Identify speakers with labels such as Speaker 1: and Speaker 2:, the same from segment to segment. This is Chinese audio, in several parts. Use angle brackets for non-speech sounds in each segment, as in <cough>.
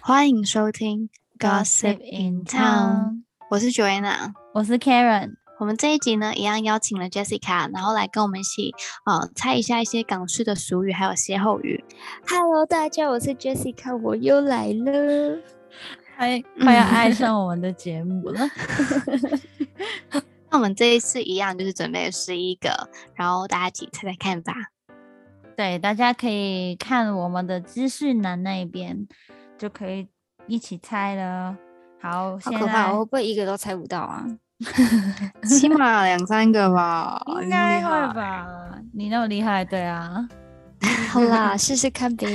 Speaker 1: 欢迎收听《Gossip
Speaker 2: Gossip
Speaker 1: in
Speaker 2: in
Speaker 1: Town》，
Speaker 2: Town，
Speaker 1: 我是 Joanna。
Speaker 2: 我是 Karen。
Speaker 1: 我们这一集呢，一样邀请了 Jessica，然后来跟我们一起呃猜一下一些港式的俗语还有歇后语。
Speaker 3: Hello，大家，我是 Jessica，我又来了。
Speaker 2: 快快要爱上我们的节目了，
Speaker 1: 那我们这一次一样就是准备了十一个，然后大家一起猜猜看吧。
Speaker 2: 对，大家可以看我们的资讯栏那一边，就可以一起猜了。好，
Speaker 3: 好
Speaker 2: 现
Speaker 3: 可怕，
Speaker 2: 在
Speaker 3: 我会不会一个都猜不到啊？ <laughs>
Speaker 1: 起码两三个吧
Speaker 2: 应该会吧？你那么厉害，对啊。
Speaker 3: 好 <laughs> 啦，试试看呗。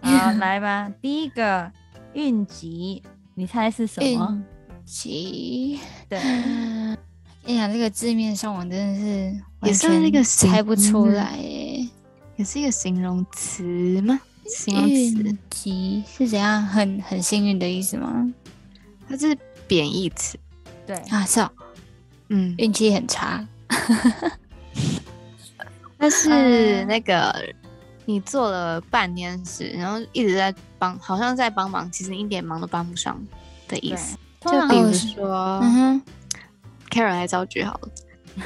Speaker 2: 好，来吧，第一个运吉，你猜是什么？
Speaker 3: 运急，
Speaker 2: 对，
Speaker 3: 哎呀，这个字面上我真的是
Speaker 1: 也
Speaker 3: 完
Speaker 1: 算是一个
Speaker 3: 全
Speaker 1: 形
Speaker 3: 猜不出
Speaker 1: 嗯
Speaker 3: 来耶。
Speaker 1: 也是一个形容词吗？形容词
Speaker 3: 运，急是怎样？很很幸运的意思吗？
Speaker 1: 它是贬义词。
Speaker 2: 对，
Speaker 3: 啊，是哦，
Speaker 1: 嗯，
Speaker 3: 运气很差。
Speaker 1: 但是呃那个你做了半年时，然后一直在帮，好像在帮忙，其实一点忙都帮不上的意
Speaker 2: 对
Speaker 1: 思。
Speaker 2: 通
Speaker 1: 就比
Speaker 2: 常
Speaker 1: 如
Speaker 3: 哦
Speaker 1: 说、
Speaker 3: 嗯哼，
Speaker 1: Karen 来造句好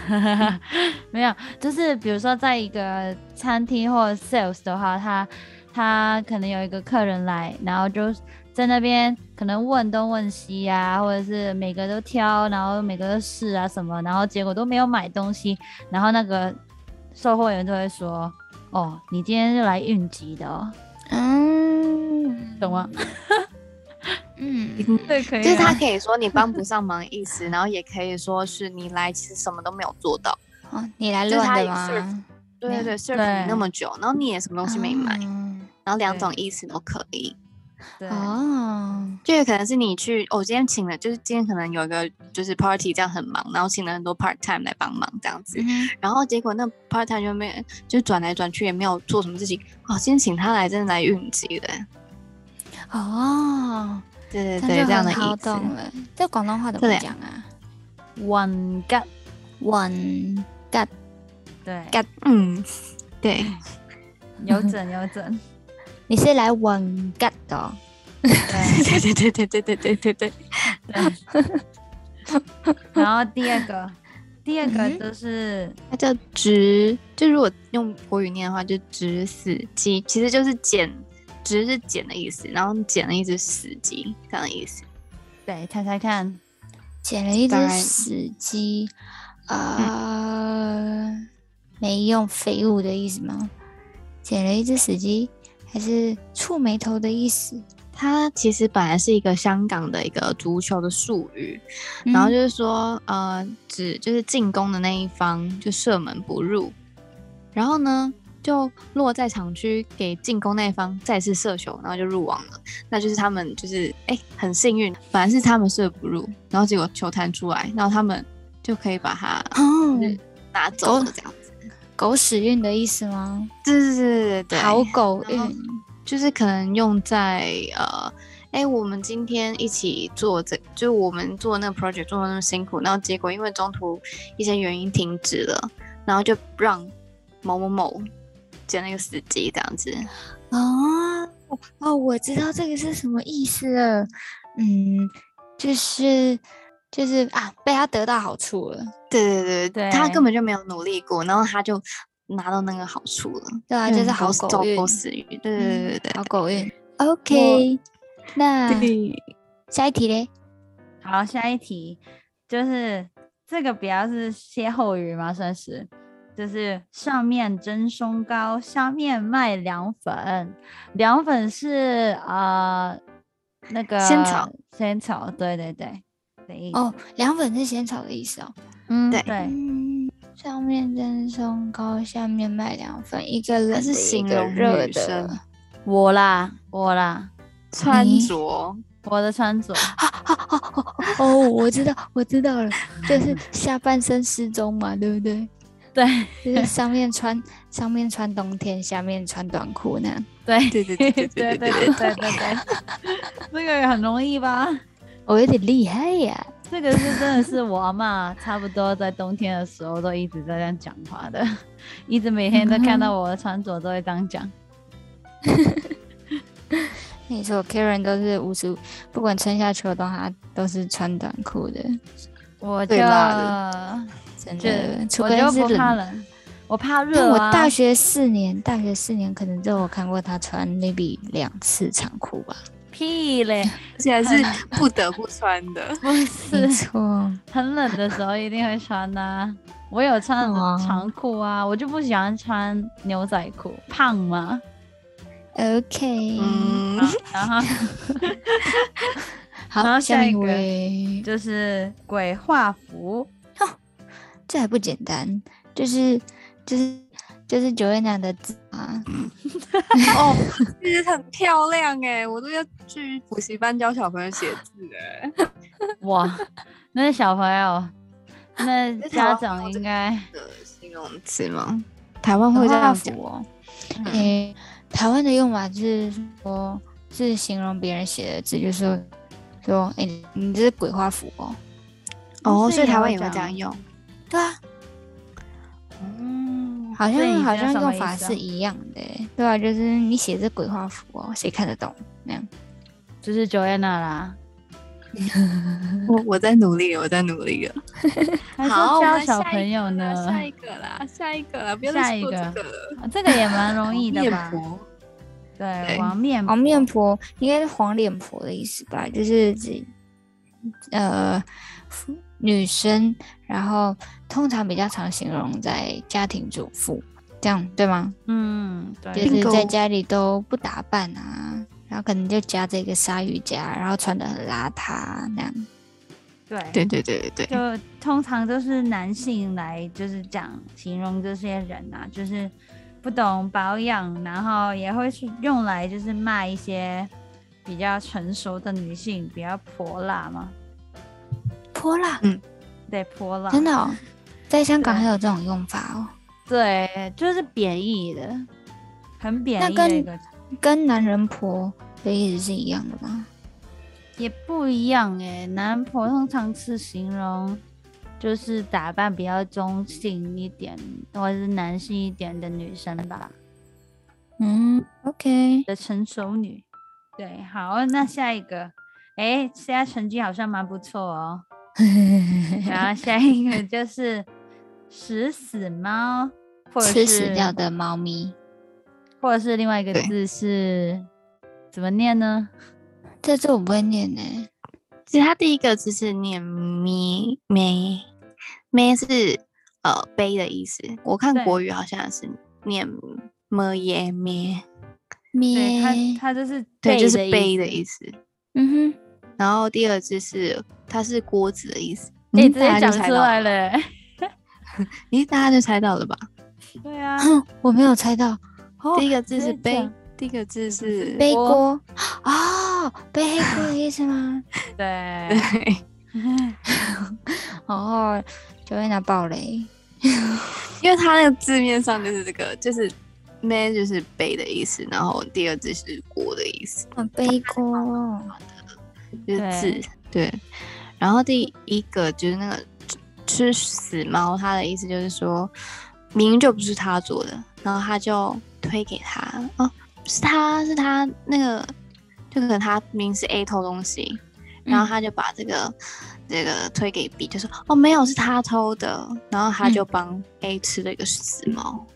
Speaker 1: 了，
Speaker 2: <laughs> 没有，就是比如说，在一个餐厅或者 sales 的话，他他可能有一个客人来，然后就在那边可能问东问西啊，或者是每个都挑，然后每个都试啊什么，然后结果都没有买东西，然后那个售货员就会说：“哦，你今天是来运集的哦，
Speaker 3: 嗯，
Speaker 2: 懂吗？”
Speaker 3: 嗯，
Speaker 2: <laughs> 对，啊可以
Speaker 1: 就是他可以说你帮不上忙的意思，然后也可以说是你来其实什么都没有做到。
Speaker 3: 哦，你来
Speaker 1: 就是他
Speaker 3: 乱
Speaker 1: 一
Speaker 3: 的
Speaker 1: 个
Speaker 3: 吗？
Speaker 1: 对对对，serve
Speaker 2: 对
Speaker 1: 你那么久，然后你也什么东西没买，
Speaker 3: 哦
Speaker 1: 然后两种意思都可以。
Speaker 2: 对
Speaker 3: 啊哦，
Speaker 1: 就有可能是你去，我、今天请了，就是今天可能有一个就是 party 这样很忙，然后请了很多 part time 来帮忙这样子，
Speaker 3: 嗯哼
Speaker 1: 然后结果那 part time 就没就转来转去也没有做什么事情，哦，今天请他来真的来运气的，
Speaker 3: 哦，
Speaker 1: 对对
Speaker 3: 那
Speaker 1: 对，
Speaker 3: 就
Speaker 1: 这样的
Speaker 3: 很好
Speaker 1: 意思。
Speaker 3: 懂了。这广东话怎
Speaker 1: 对
Speaker 3: 么讲啊？
Speaker 2: ，one g
Speaker 3: 稳
Speaker 2: 对，
Speaker 3: 干
Speaker 1: 嗯， <laughs> 对，
Speaker 2: 有整有整，
Speaker 3: 你是来稳干的哦、
Speaker 2: 对
Speaker 1: 对对对对对对对对对，
Speaker 2: 对。然后第二个，第二个
Speaker 3: 嗯哼
Speaker 2: 就是。
Speaker 1: 它叫直，就如果用国语念的话，就直死鸡，其实就是减，直是减的意思，然后减了一只死鸡这样的意思。
Speaker 2: 对，猜猜看，
Speaker 3: 捡了一
Speaker 1: 当
Speaker 3: 只
Speaker 1: 然
Speaker 3: 死鸡，呃，没用废物的意思吗？捡了一只死鸡，还是触眉头的意思？
Speaker 1: 它其实本来是一个香港的一个足球的术语，然后
Speaker 3: 嗯
Speaker 1: 就是说，呃，只就是进攻的那一方就射门不入，然后呢就落在场区给进攻那一方再次射球，然后就入网了。那就是他们就是哎、很幸运，反而是他们射不入，然后结果球弹出来，然后他们就可以把它 <laughs> 就是
Speaker 3: 哦，
Speaker 1: 拿走了
Speaker 3: 都
Speaker 1: 这样子。
Speaker 3: 狗屎运的意思吗？
Speaker 1: 对对对对对，
Speaker 3: 好狗
Speaker 1: 然后
Speaker 3: 运，
Speaker 1: 嗯就是可能用在呃，哎、我们今天一起做这，就我们做那个 project 做的那么辛苦，然后结果因为中途一些原因停止了，然后就让某某某捡那个司机这样子。
Speaker 3: 哦哦，我知道这个是什么意思了。嗯，就是就是啊，被他得到好处了，
Speaker 1: 对对对
Speaker 2: 对
Speaker 1: 他根本就没有努力过，然后他就拿到那个好处了。
Speaker 3: 对啊，就是
Speaker 1: 嗯
Speaker 3: 好
Speaker 1: 狗
Speaker 3: 狗运，嗯
Speaker 1: 狗死鱼，对对对对对。
Speaker 3: 好狗运。OK，那
Speaker 1: 嗯
Speaker 3: 下一题嘞？
Speaker 2: 好，下一题就是这个比较是歇后语嘛，算是，就是上面蒸松糕，下面卖凉粉，凉粉是呃那个
Speaker 1: 仙草，
Speaker 2: 仙草，对对对，的意思，
Speaker 3: 哦，凉粉是仙草的意思哦。
Speaker 2: 嗯，
Speaker 1: 对
Speaker 2: 对
Speaker 3: 嗯，上面蒸松糕，下面卖凉粉，一个冷
Speaker 1: 是
Speaker 3: 的，一
Speaker 1: 形
Speaker 3: 个
Speaker 1: 容
Speaker 3: 热
Speaker 1: 女
Speaker 3: 的
Speaker 1: 生。
Speaker 2: 我啦，我啦，
Speaker 1: 穿
Speaker 3: 你
Speaker 1: 着，
Speaker 2: 我的穿着，
Speaker 3: 哦，我知道，我知道了，就是
Speaker 1: <laughs>
Speaker 3: 下半身失踪嘛，对不对？
Speaker 2: 对
Speaker 1: <laughs>
Speaker 3: 就是上面穿上面穿冬天，下面穿短裤那样。
Speaker 2: <laughs> 对
Speaker 1: 对对对
Speaker 2: 对
Speaker 1: 对对对
Speaker 2: 对
Speaker 1: 对
Speaker 2: 对对对，这个很容易吧？
Speaker 3: 哦我有点厉害呀、
Speaker 2: 这个是真的是我阿妈，差不多在冬天的时候都一直在这样讲话的，嗯一直每天都看到我的穿着都会这样讲。
Speaker 3: 没错，Karen 都是无时无不管春夏秋冬，她都是穿短裤的，
Speaker 2: 我就
Speaker 3: 对啦真
Speaker 2: 就
Speaker 3: 的，除
Speaker 2: 我
Speaker 3: 非
Speaker 2: 就是不怕
Speaker 3: 冷。
Speaker 2: 冷，我怕热、
Speaker 3: 但
Speaker 2: 啊、
Speaker 3: 我大学四年，大学四年可能就我看过她穿 maybe 两次长裤吧。
Speaker 2: 屁嘞， <laughs>
Speaker 1: 而且还是不得不穿的。
Speaker 2: 不
Speaker 3: 没
Speaker 2: 是 <laughs>
Speaker 3: 错，
Speaker 2: 很冷的时候一定会穿的啊、我有穿
Speaker 3: 哇
Speaker 2: 长裤啊，我就不喜欢穿牛仔裤，胖嘛。
Speaker 3: OK，
Speaker 1: 嗯，
Speaker 2: 然后然
Speaker 3: 好，
Speaker 2: 后
Speaker 3: 下
Speaker 2: 下一
Speaker 3: 一
Speaker 2: 个
Speaker 3: 位，
Speaker 2: 就是鬼画符，
Speaker 3: 这还不简单，就是就是就是九月男的字啊，
Speaker 1: 哦， <laughs> 其实很漂亮哎、我都要去补习班教小朋友写字哎、
Speaker 2: 哇，那小朋友，那
Speaker 1: 在台
Speaker 2: 家
Speaker 1: 湾
Speaker 2: 长
Speaker 1: 会有这
Speaker 2: 应该
Speaker 1: 的形容词吗？台湾会这样讲
Speaker 2: 符哦。
Speaker 3: 诶、台湾的用法是说，是形容别人写的字，就是说说，诶、你这是鬼画符哦，
Speaker 1: 哦，所
Speaker 2: 是
Speaker 1: 以台
Speaker 2: 有
Speaker 1: 湾也会
Speaker 2: 讲
Speaker 1: 这样用。
Speaker 3: 对啊，
Speaker 2: 嗯，
Speaker 3: 好
Speaker 2: 所以
Speaker 3: 像
Speaker 2: 你
Speaker 3: 好
Speaker 2: 这
Speaker 3: 像
Speaker 2: 样什么
Speaker 3: 用
Speaker 2: 意
Speaker 3: 法
Speaker 2: 思啊
Speaker 3: 是一样的欸、对啊，就是你写这鬼画符哦，谁看得懂？那样，
Speaker 2: 就是 Joanna 啦，
Speaker 1: 我我在努力了，我在努力了。
Speaker 2: 还是
Speaker 1: 好，我
Speaker 2: 教
Speaker 1: 们
Speaker 2: 小
Speaker 1: 下一
Speaker 2: 朋友
Speaker 1: 个啦
Speaker 2: 呢？
Speaker 1: 下一个啦，下一个啦，不要
Speaker 2: 下
Speaker 1: 再
Speaker 2: 一
Speaker 1: 说这
Speaker 2: 个
Speaker 1: 个了。
Speaker 2: 啊这个也蛮容易的
Speaker 1: 哦面
Speaker 2: 吧？
Speaker 1: 婆
Speaker 2: 对，
Speaker 1: 对
Speaker 2: 王面
Speaker 3: 黄哦面婆应该是黄脸婆的意思吧？就是指呃妇女生，然后通常比较常形容在家庭主妇，这样对吗？
Speaker 2: 嗯，
Speaker 3: 就
Speaker 2: 对
Speaker 1: 并
Speaker 3: 是
Speaker 1: 购
Speaker 3: 在家里都不打扮啊，然后可能就夹着一个鲨鱼夹，然后穿的很邋遢啊那样。
Speaker 2: 对
Speaker 1: 对对对对对，
Speaker 2: 就通常都是男性来就是讲形容这些人啊，就是不懂保养，然后也会是用来就是骂一些比较成熟的女性，比较泼辣嘛，
Speaker 3: 泼辣，
Speaker 2: 对泼辣，
Speaker 3: 真的、哦，在香港
Speaker 2: 对
Speaker 3: 还有这种用法哦，
Speaker 2: 对，就是贬义的，很贬义
Speaker 3: 那
Speaker 2: 的
Speaker 3: 跟
Speaker 2: 一个，
Speaker 3: 跟男人婆的意思是一样的吗？
Speaker 2: 也不一样哎、男婆通常是形容。就是打扮比较中性一点，或者是男性一点的女生吧。
Speaker 3: 嗯，OK，
Speaker 2: 的成熟女。对，好，那下一个，哎，现在成绩好像蛮不错哦。然后下一个就是食死猫，或者
Speaker 3: <laughs> 吃死
Speaker 2: 是
Speaker 3: 掉的猫咪，
Speaker 2: 或者是另外一个
Speaker 1: 对
Speaker 2: 字是怎么念呢？
Speaker 3: 这字我不会念呢、
Speaker 1: 其实它第一个字是念咩咩咩是呃杯的意思，我看
Speaker 2: 对
Speaker 1: 国语好像是念么耶咩，
Speaker 2: 对，它
Speaker 3: 咩，
Speaker 2: 它就是
Speaker 1: 对，就是杯
Speaker 2: 杯
Speaker 1: 的意思。
Speaker 3: 嗯哼，
Speaker 1: 然后第二字是它是锅子的意思，
Speaker 2: 思，哎，
Speaker 1: 嗯
Speaker 2: 直
Speaker 1: 大
Speaker 2: 接
Speaker 1: 家就
Speaker 2: 讲
Speaker 1: 猜
Speaker 2: 出
Speaker 1: 到
Speaker 2: 来
Speaker 1: 了吧，
Speaker 2: 了。
Speaker 1: 咦，大家就猜到了吧？
Speaker 2: <laughs> 对 <laughs> 啊，
Speaker 3: 我没有猜到，哦
Speaker 1: 第，一个字
Speaker 2: 直
Speaker 1: 是
Speaker 2: 接
Speaker 1: 杯
Speaker 2: 讲，
Speaker 1: 第一个字是
Speaker 3: 背
Speaker 2: 锅
Speaker 3: 锅，哦，背黑锅的意思吗？
Speaker 2: <laughs> 对
Speaker 1: 对，，
Speaker 3: <laughs> 哦，就会拿暴雷，
Speaker 1: 因为它那个字面上就是这个，就是咩就是杯的意思，然后第二字是锅的意思，
Speaker 3: 哦，背锅，
Speaker 1: 就是字
Speaker 2: 对
Speaker 1: 对。然后第一个就是那个吃吃死猫，它的意思就是说，明明就不是他做的，然后他就推给他，哦，是他是他那个，就可能他明明是 A 偷东西，然后
Speaker 2: 嗯
Speaker 1: 他就把这个、这个推给 B，就说哦没有是他偷的，然后他就
Speaker 2: 嗯
Speaker 1: 帮 A 吃了一个死猫，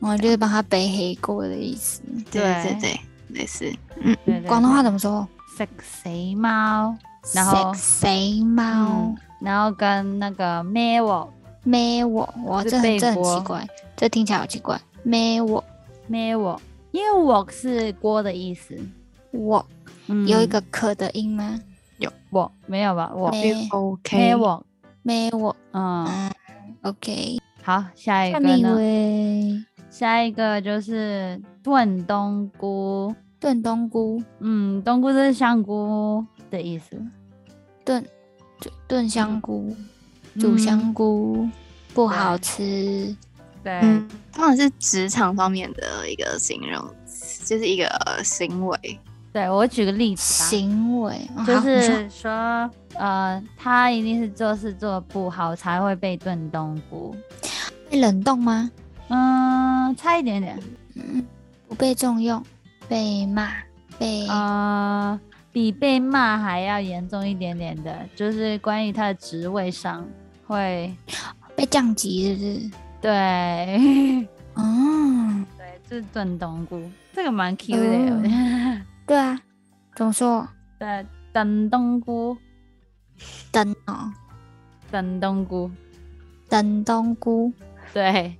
Speaker 3: 我就是帮他背黑锅的意思。
Speaker 1: 对对
Speaker 2: 对
Speaker 1: 对，类似，
Speaker 2: 对对
Speaker 3: 广东话怎么说？
Speaker 2: 对食死猫，然后
Speaker 3: 谁猫
Speaker 2: 嗯，然后跟那个咩我
Speaker 3: 咩我？哇，
Speaker 2: 是
Speaker 3: 这很
Speaker 2: 背
Speaker 3: 这很
Speaker 2: 锅
Speaker 3: 奇怪，这听起来好奇怪。咩我
Speaker 2: 咩我，因为我是锅的意思。
Speaker 3: 我
Speaker 2: 嗯
Speaker 3: 有一个可的音吗？
Speaker 2: 我没有吧？我
Speaker 3: 咩
Speaker 1: OK，
Speaker 2: 没我，
Speaker 3: 咩我
Speaker 2: 嗯，
Speaker 3: 嗯，OK，
Speaker 2: 好，下一
Speaker 3: 下
Speaker 2: 个
Speaker 3: 面一
Speaker 2: 呢？
Speaker 3: 位
Speaker 2: 下一个就是炖冬菇，
Speaker 3: 炖冬菇，
Speaker 2: 嗯，冬菇就是香菇的意思，
Speaker 3: 炖炖炖香菇，煮香
Speaker 2: 嗯
Speaker 3: 菇不
Speaker 2: 对
Speaker 3: 好吃。
Speaker 2: 对，
Speaker 1: 嗯，通常是职场方面的一个形容词，就是一个行为。
Speaker 2: 对我举个例子吧，
Speaker 3: 行为哦
Speaker 2: 就
Speaker 3: 好你说
Speaker 2: 是说，呃，他一定是做事做得不好才会被炖冬菇，
Speaker 3: 被冷冻吗？
Speaker 2: 嗯，差一点点，
Speaker 3: 嗯，不被重用，被骂，被
Speaker 2: 呃，比被骂还要严重一点点的，就是关于他的职位上会
Speaker 3: 被降级是不是？
Speaker 2: 对 <laughs>
Speaker 3: 哦，
Speaker 2: 对，就是炖冬菇，这个蛮 Q 的耶，我觉得
Speaker 3: 对啊，怎么说？
Speaker 2: <laughs> 对，炖冬菇，
Speaker 3: 等哦，
Speaker 2: 炖冬菇，
Speaker 3: 等冬菇。
Speaker 2: 对，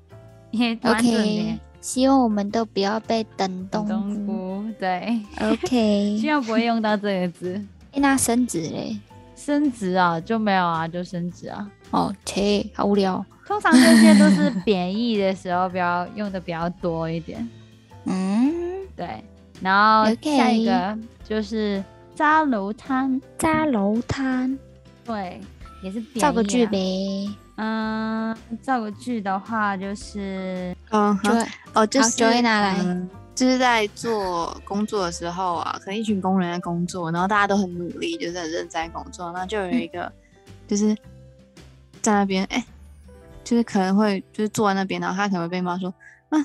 Speaker 2: 也蛮准的耶
Speaker 3: OK，希望我们都不要被等
Speaker 2: 炖
Speaker 3: 冬
Speaker 2: 冬
Speaker 3: 菇。
Speaker 2: 菇，对， <laughs>
Speaker 3: OK，
Speaker 2: 希望不会用到这个字。
Speaker 3: 诶那升职嘞？
Speaker 2: 升职啊，就没有啊，就升职啊。
Speaker 3: 哦，切，好无聊。
Speaker 2: 通常这些都是贬义的时候，比较用的比较多一点。
Speaker 3: 嗯，
Speaker 2: 对，然后
Speaker 3: OK
Speaker 2: 下一个就是扎楼摊，
Speaker 3: 扎楼摊，
Speaker 2: 对，也是贬义、啊。
Speaker 3: 造个句。呗。
Speaker 2: 嗯，造个句的话就是
Speaker 1: 嗯，
Speaker 3: 就
Speaker 1: 好哦，就
Speaker 3: 好
Speaker 1: 是
Speaker 3: Joanna 来
Speaker 1: 嗯就是在做工作的时候啊，可能一群工人在工作，然后大家都很努力，就是很认真在工作，那就有一
Speaker 3: 嗯
Speaker 1: 个、就是在那边，哎、就是可能会就是坐在那边，然后他可能会被骂说，啊，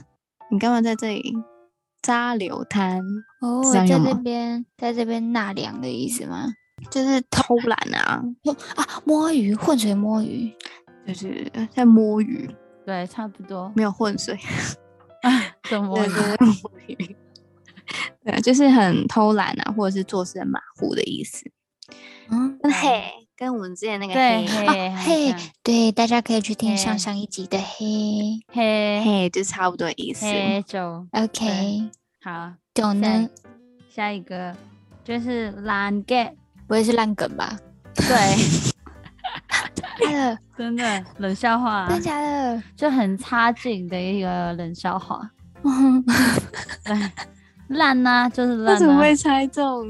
Speaker 1: 你干嘛在这里扎流摊？
Speaker 3: 哦，
Speaker 1: 是这样
Speaker 3: 在
Speaker 1: 用
Speaker 3: 这
Speaker 1: 吗
Speaker 3: 边，在这边纳凉的意思吗？
Speaker 1: 就是偷懒啊，
Speaker 3: 哦啊，摸鱼，浑水摸鱼。
Speaker 1: 就是呃在摸鱼，
Speaker 2: 对，差不多。
Speaker 1: 没有混水。
Speaker 2: 怎么
Speaker 1: 对，就是摸鱼。 <laughs> 对，就是很偷懒啊，或者是做事很马虎的意思。
Speaker 3: 嗯，
Speaker 1: 跟嘿，跟我们之前那个
Speaker 2: 对
Speaker 1: 嘿
Speaker 2: 嘿
Speaker 3: 嘿
Speaker 2: 嘿，
Speaker 3: 对，大家可以去听上
Speaker 2: 嘿
Speaker 3: 上一集的嘿。
Speaker 2: 嘿
Speaker 1: 嘿，就差不多的意思。
Speaker 2: 嘿就
Speaker 3: OK，
Speaker 2: 好。
Speaker 3: 懂
Speaker 2: 下
Speaker 3: 呢
Speaker 2: 一？下一个就是懒 get，
Speaker 3: 不会是烂梗吧？
Speaker 2: 对，
Speaker 3: 真的，
Speaker 2: 真的冷笑话、啊
Speaker 3: 真，假的？
Speaker 2: 就很差劲的一个冷
Speaker 3: <laughs>
Speaker 2: 笑话。烂呐、就是烂、
Speaker 1: 我
Speaker 2: 啊，
Speaker 1: 怎么会猜中？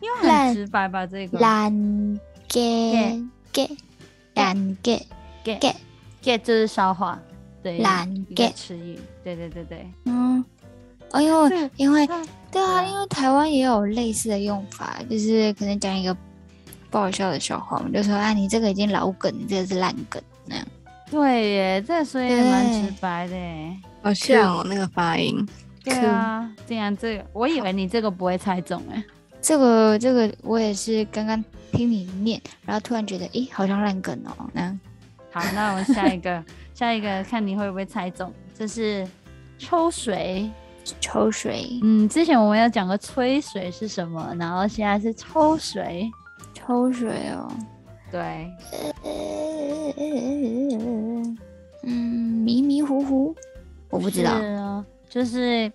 Speaker 2: 因为
Speaker 3: 烂
Speaker 2: 很直白吧？这个
Speaker 3: 懒给给懒给
Speaker 2: get
Speaker 3: 给
Speaker 2: get 就是烧化，对，
Speaker 3: 懒
Speaker 2: 一个
Speaker 3: get
Speaker 2: 词语，对对对对，
Speaker 3: 嗯，哦，因为
Speaker 2: 这
Speaker 3: 因为
Speaker 2: 那
Speaker 3: 对啊，
Speaker 2: 对啊
Speaker 3: 因为台湾也有类似的用法，就是可能讲一个不好笑的笑话，我们就说啊，你这个已经老梗，你这个是烂梗那样。
Speaker 2: 对耶，这所以也蛮
Speaker 3: 对
Speaker 2: 直白的耶。
Speaker 1: 好像哦，那个发音。
Speaker 2: 对啊，竟然这个，我以为你这个不会猜中哎，
Speaker 3: 这个这个我也是刚刚听你念，然后突然觉得，诶，好像烂梗哦，那样
Speaker 2: 好，那我们下一个，下一个看你会不会猜中，就是抽水。
Speaker 3: 抽水，
Speaker 2: 嗯，之前我们有讲过吹水是什么，然后现在是抽水。
Speaker 3: 抽水哦。
Speaker 2: 对，
Speaker 3: 嗯，迷迷糊糊，我不知道
Speaker 2: 是。哦，就是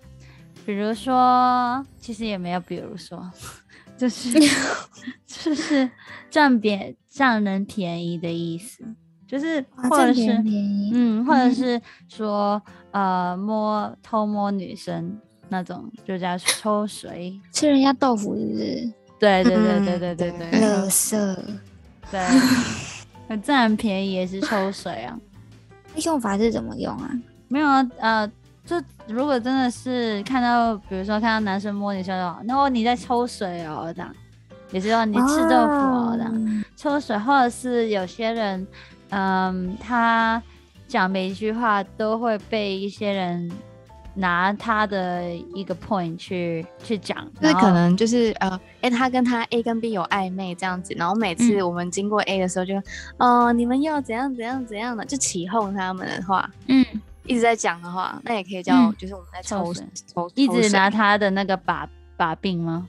Speaker 2: 比如说，其实也没有，比如说， <laughs> 就是
Speaker 3: <laughs>
Speaker 2: 就是占便占人便宜的意思，就是
Speaker 3: 啊
Speaker 2: 或者
Speaker 3: 占别人
Speaker 2: 是
Speaker 3: 便宜，
Speaker 2: 嗯，或者
Speaker 3: 嗯
Speaker 2: 是说呃摸偷摸女生那种，就
Speaker 3: <laughs>
Speaker 2: 叫抽水。
Speaker 3: 吃人家豆腐是不是？
Speaker 2: 对对对
Speaker 1: 嗯
Speaker 2: 对对对对
Speaker 1: 对
Speaker 3: 垃圾。
Speaker 2: 对， <laughs> 占人便宜也是抽水啊。
Speaker 3: 用法是怎么用啊？
Speaker 2: 没有啊，呃，就如果真的是看到，比如说看到男生摸你胸口，然后你在抽水哦，这样，也是说你吃豆腐哦，这样、
Speaker 3: 哦
Speaker 2: 抽水，或者是有些人，嗯，他讲每一句话都会被一些人拿他的一个 point 去去讲，
Speaker 1: 就是
Speaker 2: 然后
Speaker 1: 可能就是呃，哎、他跟他 A 跟 B 有暧昧这样子，然后每次
Speaker 3: 嗯
Speaker 1: 我们经过 A 的时候就，哦、你们要怎样怎样怎样的，就起哄他们的话，
Speaker 3: 嗯，
Speaker 1: 一直在讲的话，那也可以叫，
Speaker 3: 嗯
Speaker 1: 就是我们在
Speaker 2: 抽
Speaker 1: 抽
Speaker 2: 水
Speaker 1: 抽，
Speaker 2: 一
Speaker 1: 抽
Speaker 2: 直
Speaker 1: 水
Speaker 2: 拿他的那个把把柄吗？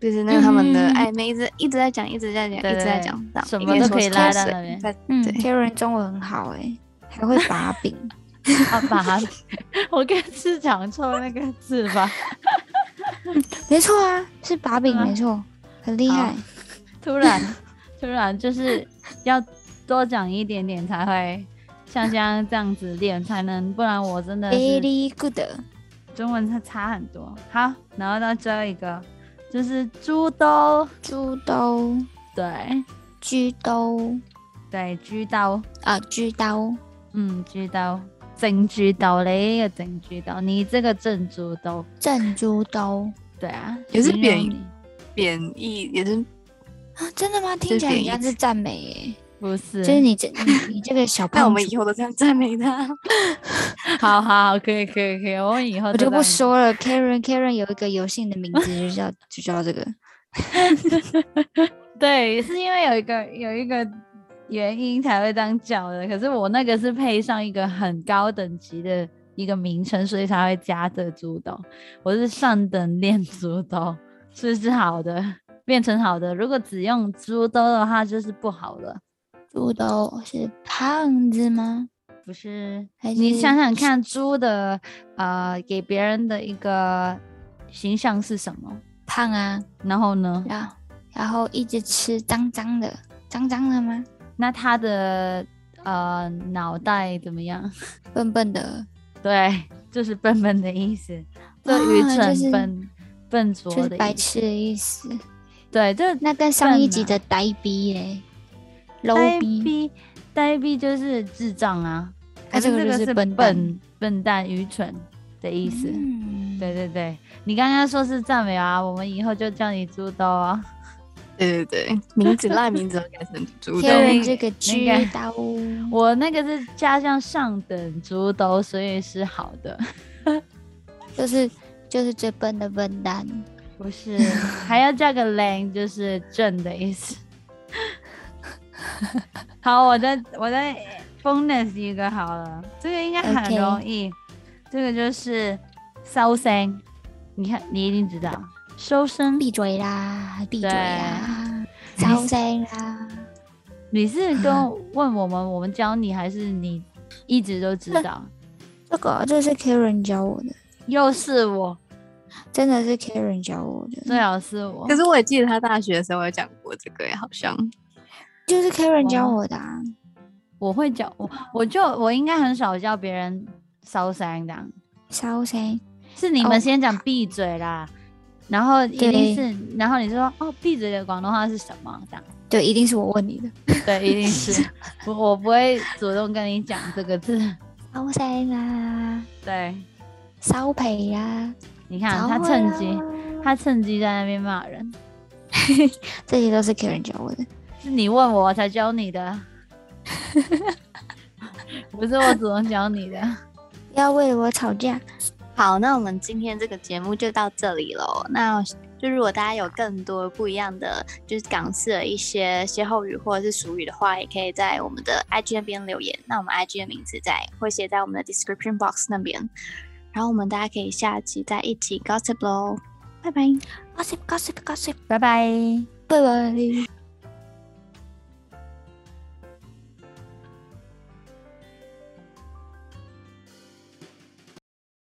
Speaker 1: 就是那个他们的
Speaker 3: 嗯
Speaker 1: 暧昧，一直一直在讲，一直在讲，
Speaker 2: 对
Speaker 1: 一直在
Speaker 2: 对
Speaker 1: 讲，这样
Speaker 2: 什
Speaker 1: 也
Speaker 2: 么
Speaker 1: 以
Speaker 2: 都
Speaker 1: 说
Speaker 2: 可以
Speaker 1: 是
Speaker 2: 拉
Speaker 1: 口
Speaker 2: 到
Speaker 1: 水
Speaker 2: 那边
Speaker 1: 在
Speaker 3: 嗯
Speaker 1: 对
Speaker 3: ，Karen 中文很好哎、还会把柄。 <laughs>
Speaker 2: 啊，把， <laughs> 我刚是讲错那个字吧。
Speaker 3: 没错啊，是把柄，
Speaker 2: 啊
Speaker 3: 没错，很厉害。
Speaker 2: 突然 <laughs> 突然就是要多讲一点点才会像像这样子练，才能不然我真的是
Speaker 3: Very good，
Speaker 2: 中文它差很多。好，然后到最后一个就是猪兜，
Speaker 3: 猪兜、
Speaker 2: 对
Speaker 3: 居兜
Speaker 2: 对，猪兜，
Speaker 3: 啊，居兜，
Speaker 2: 嗯，猪兜，整猪兜嘞，一个整猪兜，你这个正猪兜，
Speaker 3: 正猪兜
Speaker 2: 对啊，
Speaker 1: 也是
Speaker 2: 形容
Speaker 1: 贬义
Speaker 2: 你
Speaker 1: 贬义，也是
Speaker 3: 啊，真的吗？听起来
Speaker 1: 贬
Speaker 3: 很
Speaker 1: 义
Speaker 3: 像是
Speaker 1: 词
Speaker 3: 赞美耶、
Speaker 2: 不是？
Speaker 3: 就是你这你你这个小
Speaker 1: <laughs> 那我
Speaker 3: 胖
Speaker 1: 们
Speaker 3: 子，
Speaker 2: <laughs>
Speaker 1: 以后都这样赞美他。
Speaker 2: 好好好，可以可以可以，我们以后
Speaker 3: 我就
Speaker 2: 都
Speaker 3: 不
Speaker 2: 让你
Speaker 3: 说了。Karen Karen 有一个油性的名字，就叫就叫这个。
Speaker 2: 对，是因为有一个有一个原因才会这样叫的。可是我那个是配上一个很高等级的一个名称，所以才会加这猪头。我是上等练猪头，所以是好的，变成好的。如果只用猪兜的话，就是不好了。
Speaker 3: 猪头是胖子吗？
Speaker 2: 不是，
Speaker 3: 还
Speaker 2: 你
Speaker 3: 是
Speaker 2: 想想看，猪的呃给别人的一个形象是什么？
Speaker 3: 胖啊，
Speaker 2: 然后呢，
Speaker 3: 然后然后一直吃脏脏的，脏脏的吗？
Speaker 2: 那它的呃脑袋怎么样？
Speaker 3: 笨笨的，
Speaker 2: 对，就是笨笨的意思，就
Speaker 3: 啊
Speaker 2: 愚蠢、
Speaker 3: 就是
Speaker 2: 笨、笨拙
Speaker 3: 就是
Speaker 2: 的
Speaker 3: 白
Speaker 2: 意思。
Speaker 3: 痴的意思。
Speaker 2: 对，这
Speaker 3: 那跟上一
Speaker 2: 笨
Speaker 3: 集
Speaker 2: 啊
Speaker 3: 的呆逼嘞
Speaker 2: 呆
Speaker 3: ，low 逼，
Speaker 2: 逼，呆逼就是智障啊。
Speaker 3: 那这
Speaker 2: 可是
Speaker 3: 个
Speaker 2: 这
Speaker 3: 就
Speaker 2: 个
Speaker 3: 是
Speaker 2: 是
Speaker 3: 笨蛋
Speaker 2: 笨、笨蛋、愚蠢的意思。
Speaker 3: 嗯，
Speaker 2: 对对对，你刚刚说是赞美啊，我们以后就叫你猪兜啊。
Speaker 1: 对对对，哎名字烂名字都改成猪兜。
Speaker 3: ，Karen 这个
Speaker 2: 应
Speaker 3: 知
Speaker 2: 该
Speaker 3: 道，
Speaker 2: 我那个是加上上等猪兜，所以是好的，
Speaker 3: 就是就是最笨的笨蛋。
Speaker 2: 不是还要加个 lang，就是正的意 <laughs> 思。好，我再我再 bonus 一个好了，这个应该很
Speaker 3: OK
Speaker 2: 容易。这个就是收声，你看你一定知道收声。
Speaker 3: 闭嘴啦，闭嘴
Speaker 2: 对
Speaker 3: 啦，招谁啦？
Speaker 2: 你是跟问我们，我们教你，还是你一直都知道？
Speaker 3: 这个这是 Karen 教我的，
Speaker 2: <laughs> 又是我，
Speaker 3: 真的是 Karen 教我的，
Speaker 2: 最好是我
Speaker 1: 可。是我也记得他大学的时候有讲过这个耶，好像
Speaker 3: 就是 Karen 教
Speaker 2: 哇
Speaker 3: 我的、啊。
Speaker 2: 我会教我，我就我应该很少叫别人烧香的啊，
Speaker 3: 烧谁？
Speaker 2: 是你
Speaker 3: 哦
Speaker 2: 们先讲闭嘴啦，然后一
Speaker 3: 对
Speaker 2: 定是，然后你就说哦闭嘴的广东话是什么？这样
Speaker 3: 对，一定是我问你的。 <laughs>
Speaker 2: 对，一定是我我不会主动跟你讲这个
Speaker 3: <laughs>
Speaker 2: 字。
Speaker 3: 烧谁啦？
Speaker 2: 对，
Speaker 3: 烧培啦？
Speaker 2: 你看
Speaker 3: 早
Speaker 2: 啊他
Speaker 3: 会
Speaker 2: 趁
Speaker 3: 啦
Speaker 2: 机，他趁机在那边骂人，
Speaker 3: 这些都是 Karen 教我的。
Speaker 2: 是你问我才教你
Speaker 3: <laughs>
Speaker 2: 的，不是我主动教你的。
Speaker 3: 不要为了我吵架。
Speaker 1: 好，那我们今天这个节目就到这里喽。那就如果大家有更多不一样的，就是港式的一些歇后语或者是俗语的话，也可以在我们的 IG 那边留言。那我们 IG 的名字在会写在我们的 description box 那边。然后我们大家可以下期再一起 gossip 喽，拜拜。
Speaker 3: Gossip, gossip, gossip，
Speaker 2: 拜拜。
Speaker 3: 拜拜。